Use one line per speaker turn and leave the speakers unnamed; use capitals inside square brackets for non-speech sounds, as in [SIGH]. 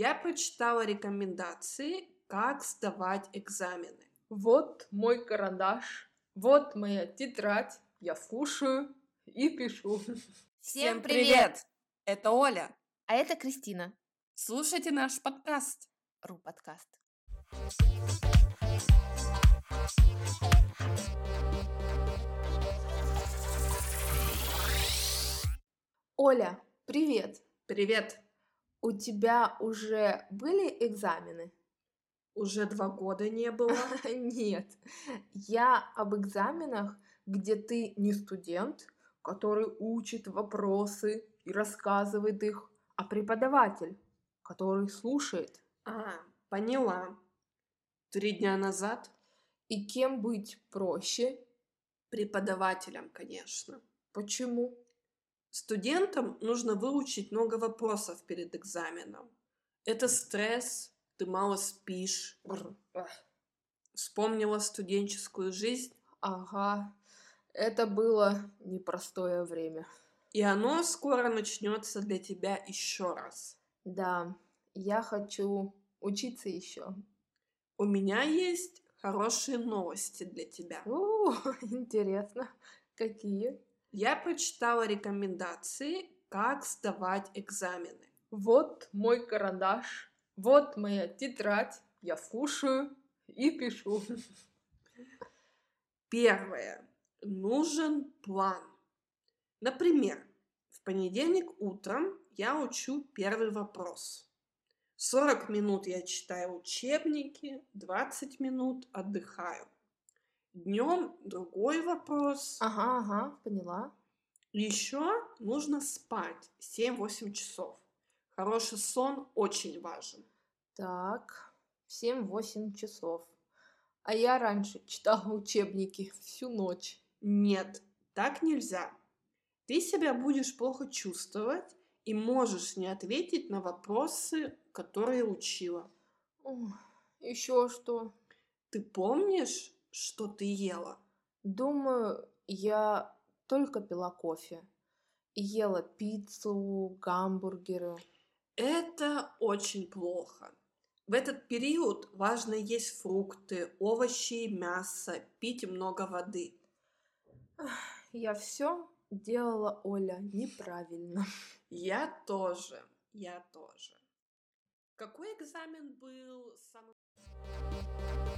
Я прочитала рекомендации, как сдавать экзамены. Вот мой карандаш, вот моя тетрадь. Я слушаю и пишу.
Всем привет!
Это Оля.
А это Кристина,
Слушайте наш подкаст.
Ру подкаст.
Оля, привет! Привет! У тебя уже были экзамены? [LAUGHS] Уже два года не было. Нет. Я об экзаменах, где ты не студент, который учит вопросы и рассказывает их, а преподаватель, который слушает. А, поняла. Три дня назад. И кем быть проще? Преподавателем, конечно. Почему? Студентам нужно выучить много вопросов перед экзаменом. Это стресс, ты мало спишь. Вспомнила студенческую жизнь. Ага, это было непростое время. И оно скоро начнется для тебя еще раз. Да, я хочу учиться еще. У меня есть хорошие новости для тебя. [LAUGHS] интересно. Какие? Я прочитала рекомендации, как сдавать экзамены. Вот мой карандаш, вот моя тетрадь, я слушаю и пишу. Первое. Нужен план. Например, в понедельник утром я учу первый вопрос. 40 минут я читаю учебники, 20 минут отдыхаю. Днем другой вопрос.
Ага, ага, поняла.
Еще нужно спать 7-8 часов. Хороший сон очень важен.
Так, в 7-8 часов.
А я раньше читала учебники всю ночь. Нет, так нельзя. Ты себя будешь плохо чувствовать и можешь не ответить на вопросы, которые учила.
Еще что?
Ты помнишь, что ты ела?
Думаю, я только пила кофе. И ела пиццу, гамбургеры.
Это очень плохо. В этот период важно есть фрукты, овощи, мясо, пить много воды.
Я все делала, Оля, неправильно.
Я тоже, я тоже. Какой экзамен был самым...